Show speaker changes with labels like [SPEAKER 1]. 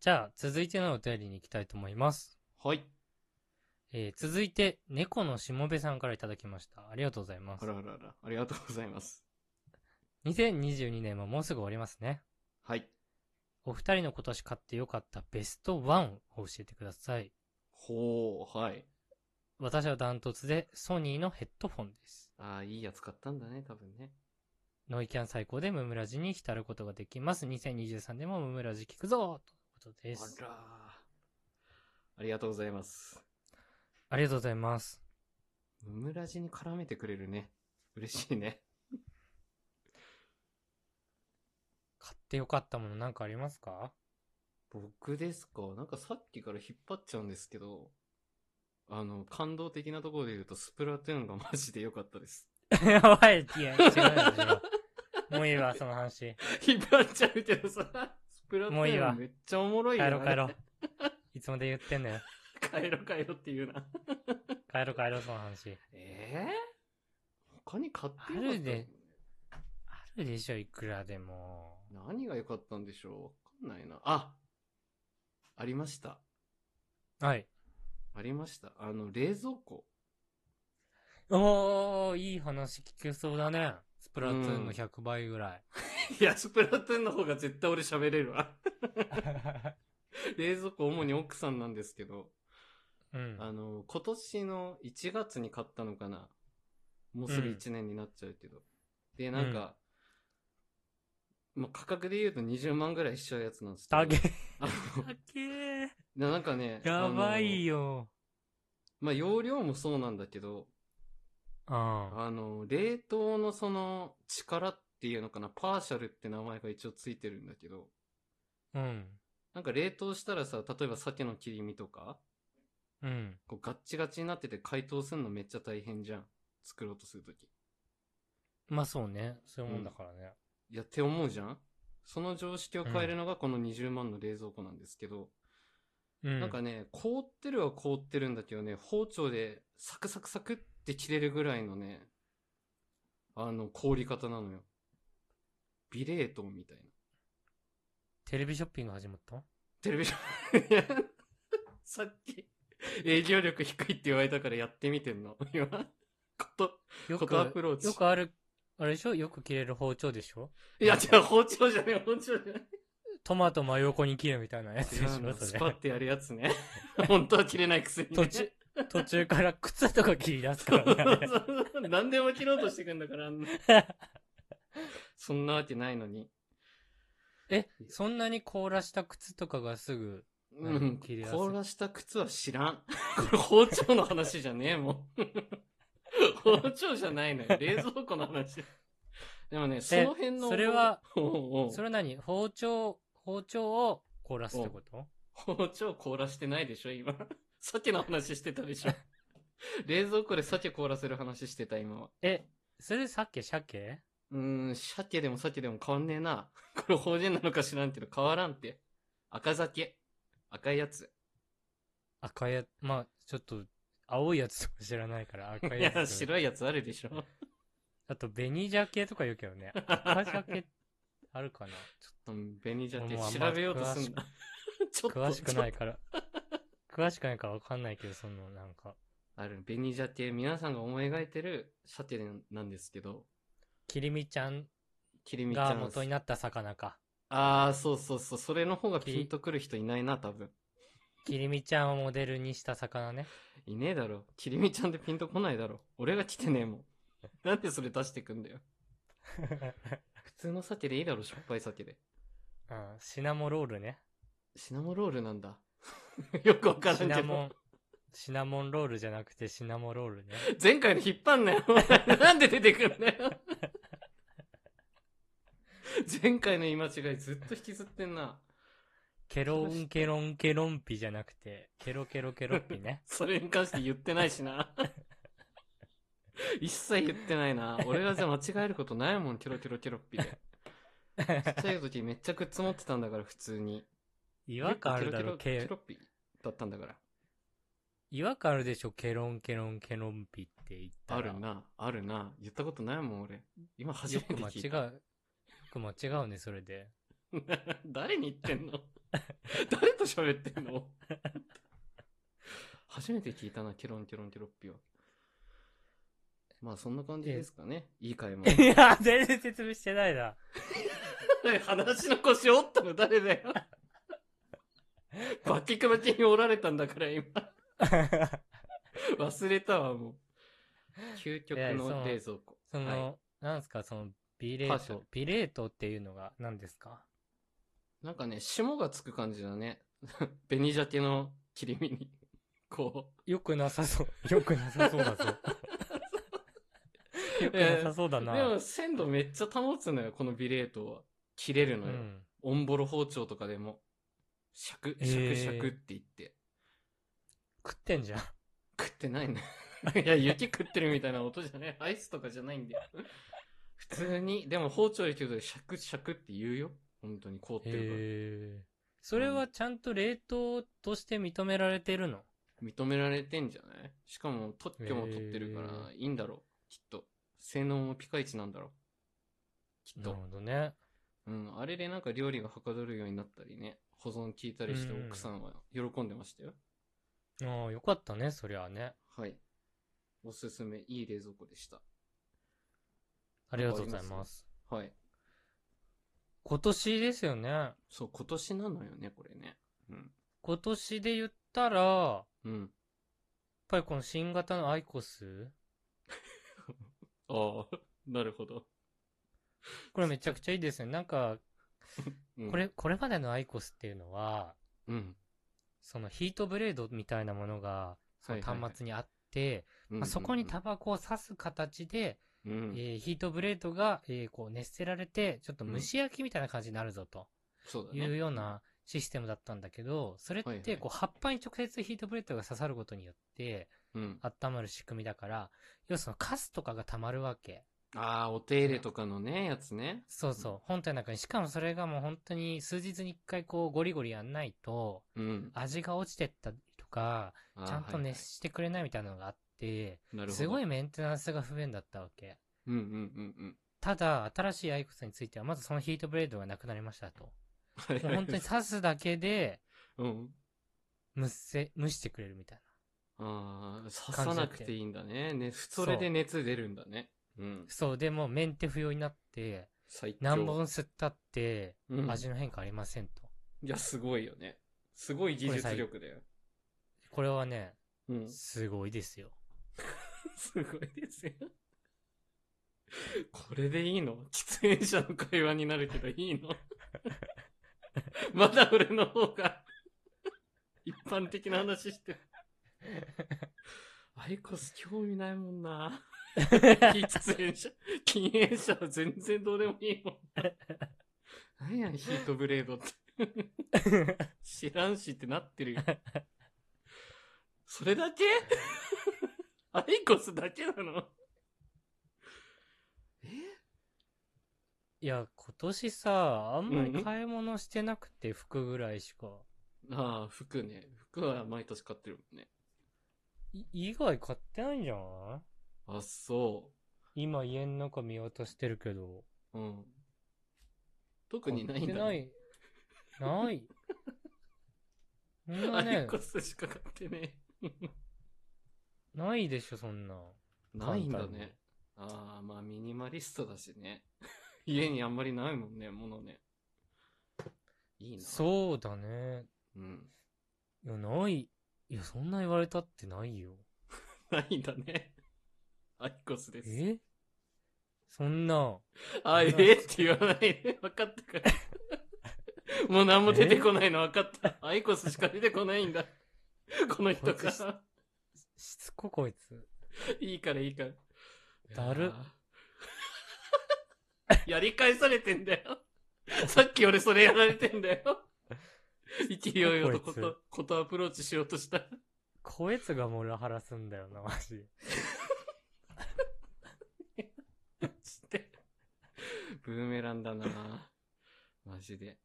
[SPEAKER 1] じゃあ、続いてのお便りに行きたいと思います。
[SPEAKER 2] はい。
[SPEAKER 1] えー続いて、猫のしもべさんからいただきました。ありがとうございま
[SPEAKER 2] あ
[SPEAKER 1] す。
[SPEAKER 2] らあらあら。ありがとうございます。
[SPEAKER 1] 2022年ももうすぐ終わりますね。
[SPEAKER 2] はい。
[SPEAKER 1] お二人の今年買ってよかったベストワンを教えてください。
[SPEAKER 2] ほう、はい。
[SPEAKER 1] 私はダントツでソニーのヘッドフォンです。
[SPEAKER 2] ああ、いいやつ買ったんだね、多分ね。
[SPEAKER 1] ノイキャン最高でムムラジに浸ることができます。2023年もムムラジ聞くぞということで
[SPEAKER 2] あ
[SPEAKER 1] す。
[SPEAKER 2] らーありがとうございます。
[SPEAKER 1] ありがとうございます。
[SPEAKER 2] ムムラジに絡めてくれるね。嬉しいね。
[SPEAKER 1] 買ってよかったものなんかありますか
[SPEAKER 2] 僕ですかなんかさっきから引っ張っちゃうんですけど、あの、感動的なところで言うと、スプラトゥーンがマジで良かったです。
[SPEAKER 1] やば い、いや、違うよ違 う。もういいわ、その話。
[SPEAKER 2] 引っ張っちゃうけどさ、スプラトゥ
[SPEAKER 1] もういい
[SPEAKER 2] ー
[SPEAKER 1] わ
[SPEAKER 2] ンめっちゃおもろい
[SPEAKER 1] 帰
[SPEAKER 2] よ
[SPEAKER 1] ろう帰ろ
[SPEAKER 2] う。
[SPEAKER 1] う。いつまで言ってんのよ。
[SPEAKER 2] 帰ろう帰ろうって言うな。
[SPEAKER 1] 帰ろう帰ろう、その話。
[SPEAKER 2] えぇ、他に買ってよ
[SPEAKER 1] あ
[SPEAKER 2] かっ
[SPEAKER 1] るで
[SPEAKER 2] た
[SPEAKER 1] あるでしょ、いくらでも。
[SPEAKER 2] 何が良かったんでしょうわかんないな。あありました。
[SPEAKER 1] はい。
[SPEAKER 2] ありました。あの、冷蔵 庫。
[SPEAKER 1] おー、いい話聞けそうだね。スプラトゥーンの100倍ぐ らい。
[SPEAKER 2] いや、スプラトゥーンの方が絶対俺喋れるわ。 冷蔵庫主に奥さんなんですけど、
[SPEAKER 1] うん。
[SPEAKER 2] あの、今年の1月に買ったのかな。もうすぐ1年になっちゃうけど。で、なんか、まあ、価格で言うと20万ぐらいしちゃうやつなんですけ
[SPEAKER 1] だ
[SPEAKER 2] ど。
[SPEAKER 1] け。
[SPEAKER 2] あのななんか ね、
[SPEAKER 1] やばい
[SPEAKER 2] よ。
[SPEAKER 1] よ。
[SPEAKER 2] まあ、容量もそうなんだけど、
[SPEAKER 1] うん。
[SPEAKER 2] あの、冷凍のその力っていうのかな、パーシャルって名前が一応ついてるんだけど、
[SPEAKER 1] うん。
[SPEAKER 2] なんか冷凍したらさ、例えば鮭の切り身とか、
[SPEAKER 1] うん。
[SPEAKER 2] こうガッチガチになってて解凍するのめっちゃ大変じゃん。作ろうとするとき。
[SPEAKER 1] まあそうね。そういうもんだからね。
[SPEAKER 2] いや、って思うじゃんその常識を変えるのがこの20万の冷蔵庫なんですけど、
[SPEAKER 1] うん。
[SPEAKER 2] なんかね、凍ってるは凍ってるんだけどね、包丁でサクサクサクって切れるぐらいのね、あの、凍り方なのよ。ビレートみたいな。
[SPEAKER 1] テレビショッピング始まった
[SPEAKER 2] テレビショいや さっき、営業力低いって言われたからやってみてんの。 今、こと、
[SPEAKER 1] よ
[SPEAKER 2] ことアプローチ
[SPEAKER 1] よくある、あれでしょよく切れる包丁でしょ
[SPEAKER 2] いや、違う、包丁じゃねえ、包丁じゃない。
[SPEAKER 1] トマト真横に切るみたいなやつでし
[SPEAKER 2] 違う
[SPEAKER 1] ょ
[SPEAKER 2] の
[SPEAKER 1] そ
[SPEAKER 2] スパっ
[SPEAKER 1] れ。
[SPEAKER 2] てやるやつね。 本当は切れないくせに、 ね。
[SPEAKER 1] 途中、途中から靴とか切り出すからねあれ。
[SPEAKER 2] 何でも切ろうとしてくんだから、あんな そんなわけないのに。
[SPEAKER 1] え、そんなに凍らした靴とかがすぐ、
[SPEAKER 2] う
[SPEAKER 1] うん
[SPEAKER 2] ん
[SPEAKER 1] 切れや。すい
[SPEAKER 2] 凍らした靴は知らん。 これ包丁の話じゃねえもん。 包丁じゃないの よ。冷蔵庫の話。でもね、その辺の。
[SPEAKER 1] それは
[SPEAKER 2] おうおう、
[SPEAKER 1] それは何包丁、包丁を凍らすってこと
[SPEAKER 2] 包丁凍らしてないでしょ、今。 鮭の話してた でしょ。冷蔵庫で鮭凍らせる話してた、今は。
[SPEAKER 1] え、それ鮭鮭
[SPEAKER 2] うーん、鮭でも鮭でも変わんねえな。 これ法人なのか知らんけど変わらんって。赤酒。赤いやつ。
[SPEAKER 1] 赤いや、まあ、ちょっと、青いやつとか知らないから赤
[SPEAKER 2] い
[SPEAKER 1] いやつ。
[SPEAKER 2] や、白いやつあるでしょ。
[SPEAKER 1] あと、紅鮭とか言うけどね。赤鮭、あるかなち
[SPEAKER 2] うん、紅鮭
[SPEAKER 1] 俺もあんま
[SPEAKER 2] 調べようとすんな。 ちょ
[SPEAKER 1] ょ
[SPEAKER 2] っ
[SPEAKER 1] っと
[SPEAKER 2] と
[SPEAKER 1] 詳しくない
[SPEAKER 2] ちょっ
[SPEAKER 1] から。詳しくないからわかんないけど、その、なんか、
[SPEAKER 2] とある、紅鮭、皆さんが思い描いてる鮭なんですけど、
[SPEAKER 1] 切り身ちゃん
[SPEAKER 2] 切り身ちゃ
[SPEAKER 1] が
[SPEAKER 2] ん。
[SPEAKER 1] 元になった魚か。
[SPEAKER 2] あー、そうそうそう。それの方が
[SPEAKER 1] き
[SPEAKER 2] ピンとくる人いないな、多分。
[SPEAKER 1] 切り身ちゃんをモデルにした魚ね。
[SPEAKER 2] いねえだろ。切り身ちゃんでピンとこないだろ。俺が来てねえもん。なんでそれ出してくん だよ。普通の鮭でいいだろ、しょっぱい鮭で。
[SPEAKER 1] うん、シナモロールね。
[SPEAKER 2] シナモロールなんだ。 よくわからんけ
[SPEAKER 1] シ
[SPEAKER 2] ど。
[SPEAKER 1] ナモン、シナモンロールじゃなくてシナモロー ルね。
[SPEAKER 2] 前回の引っ張んなよ。 なんで出てくんだよ。前回の言い間違いずっと引きずってんな。。
[SPEAKER 1] ケロンケロンケロンピじゃなくて、ケロケロケロッピね
[SPEAKER 2] それに関して言ってないしな。 一切言ってないな。俺がじゃ間違えることないもん、ケロケロケロッピで。ちっちゃい時めっちゃくっつもってたんだから、普通に。
[SPEAKER 1] 違和感あるだろ、
[SPEAKER 2] ケロケロケ
[SPEAKER 1] ケ
[SPEAKER 2] ロッ、ピだったんだから。
[SPEAKER 1] 違和感あるでしょ、ケロンケロンケロンピって言った
[SPEAKER 2] あ
[SPEAKER 1] ら。
[SPEAKER 2] るな、あるな。言ったことないもん、俺。今初
[SPEAKER 1] よ
[SPEAKER 2] めて
[SPEAKER 1] く間
[SPEAKER 2] 聞い
[SPEAKER 1] 違
[SPEAKER 2] た。
[SPEAKER 1] う。よく間違うね、それで。
[SPEAKER 2] 誰に言ってんの 誰と喋ってんの初めて聞いたな、ケロンケロンケロッピは。まあそんな感じですかね。い い会話。
[SPEAKER 1] いや、 全然説明してないな。
[SPEAKER 2] 話の腰折ったの誰だよ。バキバキに折られたんだから今。忘れたわ、もう。究極の冷蔵庫。
[SPEAKER 1] その、
[SPEAKER 2] は
[SPEAKER 1] なんですか、その、ビレ
[SPEAKER 2] パ
[SPEAKER 1] ー
[SPEAKER 2] ーシャル
[SPEAKER 1] ト。ビレートっていうのが何ですか
[SPEAKER 2] い、なんかね、霜がつく感じだね。 紅鮭の切り身に。こう。
[SPEAKER 1] よくなさ そう。よくなさそう だぞ。よくなさそうだな。
[SPEAKER 2] でも鮮度めっちゃ保つのよ、このビレートは。切れるの
[SPEAKER 1] う
[SPEAKER 2] よ。
[SPEAKER 1] ん。
[SPEAKER 2] オンボロ包丁とかでも。シャク、
[SPEAKER 1] えー
[SPEAKER 2] シャクシャクって言って。
[SPEAKER 1] 食ってんじゃん。
[SPEAKER 2] 食ってないね。 いや、雪食ってるみたいな音じゃない。アイスとかじゃないんだよ。普通に、でも包丁で切るとシャクシャクって言うよ。本当に凍ってる
[SPEAKER 1] へえ。それはちゃんと冷凍として認められてるの
[SPEAKER 2] から。認められてんじゃないしかも特許も取ってるから
[SPEAKER 1] へ、
[SPEAKER 2] いいんだろう。きっと。性能もピカイチなんだろう。きっ
[SPEAKER 1] なる
[SPEAKER 2] と。
[SPEAKER 1] ほどね。
[SPEAKER 2] うん、あれでなんか料理がはかどるようになったりね、保存効いたりして
[SPEAKER 1] うんうん
[SPEAKER 2] 奥さんは喜んでましたよ。
[SPEAKER 1] ああ、よかったね、そりゃあね。
[SPEAKER 2] はい。おすすめ、いい冷蔵庫でした。
[SPEAKER 1] ありがとうござい
[SPEAKER 2] なんかあり
[SPEAKER 1] ま。
[SPEAKER 2] ますはい。
[SPEAKER 1] 今年ですよね。
[SPEAKER 2] そう、今年なのよね、これね。うん。
[SPEAKER 1] 今年で言ったら、やっ
[SPEAKER 2] うん。
[SPEAKER 1] ぱりこの新型のアイコス、
[SPEAKER 2] あ あ、なるほど。
[SPEAKER 1] これめちゃくちゃいいですね。なんか、
[SPEAKER 2] うん
[SPEAKER 1] これ、これまでのアイコスっていうのは、
[SPEAKER 2] うん。
[SPEAKER 1] そのヒートブレードみたいなものが、その端末にあって、
[SPEAKER 2] 末
[SPEAKER 1] まあそこにタバコを刺す形で、
[SPEAKER 2] うん
[SPEAKER 1] えーヒートブレードが、えーこう熱せられて、ちょっと蒸し焼きみたいな感じになるぞと
[SPEAKER 2] そうだね。
[SPEAKER 1] いうようなシステムだったんだけど、それっ
[SPEAKER 2] はいは
[SPEAKER 1] て
[SPEAKER 2] い
[SPEAKER 1] こう葉っぱに直接ヒートブレードが刺さることによって
[SPEAKER 2] うん。
[SPEAKER 1] 温まる仕組みだから、要はそのカスとかが溜まるわけ。
[SPEAKER 2] ああ、お手入れとかのね、やつね。
[SPEAKER 1] そうそう、本体の中に。しかもそれがもう本当に数日に一回こうゴリゴリやんないと、
[SPEAKER 2] うん。
[SPEAKER 1] 味が落ちてったりとか、
[SPEAKER 2] あー
[SPEAKER 1] ちゃんと
[SPEAKER 2] はいは
[SPEAKER 1] 熱してくれないみたいなのがあって、
[SPEAKER 2] いなるほど。
[SPEAKER 1] すごい。メンテナンスが不便だったわけ。
[SPEAKER 2] うんうんうんうん。
[SPEAKER 1] ただ、新しいアイコスについては、まずそのヒートブレードがなくなりましたと。
[SPEAKER 2] はい
[SPEAKER 1] もう本当に刺すだけで、
[SPEAKER 2] うん。
[SPEAKER 1] 蒸せ、蒸してくれるみたいな。
[SPEAKER 2] ああ、刺さなくていいんだね。ね、それで熱出るんだね。うん。
[SPEAKER 1] そう、でもメンテ不要になって、
[SPEAKER 2] 最強。
[SPEAKER 1] 何本吸ったって、
[SPEAKER 2] うん
[SPEAKER 1] 味の変化ありませんと。
[SPEAKER 2] いや、すごいよね。すごい技術力だよ。
[SPEAKER 1] これはね、
[SPEAKER 2] うん。す
[SPEAKER 1] すごいですよ。
[SPEAKER 2] ごいですよ。これでいいの喫煙者の会話になるけどいいのまだ俺の方が一般的な話してる。アイコス興味ないもんな。非喫煙者、禁煙者は全然どうでもいいもんな。なんやねんヒートブレードって。知らんしってなってるよ。それだけアイコスだけなのえ
[SPEAKER 1] いや、今年さ、あんま
[SPEAKER 2] う
[SPEAKER 1] り
[SPEAKER 2] ん
[SPEAKER 1] 買い物してなくて、服ぐらいしか。
[SPEAKER 2] ああ、服ね。服は毎年買ってるもんね。
[SPEAKER 1] い以外買ってないんじゃな
[SPEAKER 2] あ、そ
[SPEAKER 1] い今家の中見渡してるけど。
[SPEAKER 2] う。うん。特にないんだ、ね。
[SPEAKER 1] 買ってない。 ない。みんな
[SPEAKER 2] アイ
[SPEAKER 1] ね
[SPEAKER 2] コ、スしか買ってねえ。
[SPEAKER 1] ないでしょ、そんな。
[SPEAKER 2] ないんだ
[SPEAKER 1] 簡単に
[SPEAKER 2] ね。ああ、まあミニマリストだしね。 家にあんまりないもんね、ものね。いいな。
[SPEAKER 1] そうだね。
[SPEAKER 2] う。うん。
[SPEAKER 1] いや、ない。いや、そんな言われたってないよ。
[SPEAKER 2] ないんだね。アイコスです。
[SPEAKER 1] えそんな。
[SPEAKER 2] あ、 えーって言わないで。分かったから。もう何も出てこないの分かった。アイコスしか出てこないんだ。この人
[SPEAKER 1] こいつ
[SPEAKER 2] か
[SPEAKER 1] しつここいつ。
[SPEAKER 2] いいからいいから。
[SPEAKER 1] だる
[SPEAKER 2] いや ー。やり返されてんだよ。さっき俺それやられてんだよ。勢いよとこと、ことアプローチしようとした。
[SPEAKER 1] こいつがモラハラすんだよな、マジで。
[SPEAKER 2] つって。ブーメランだなマジで。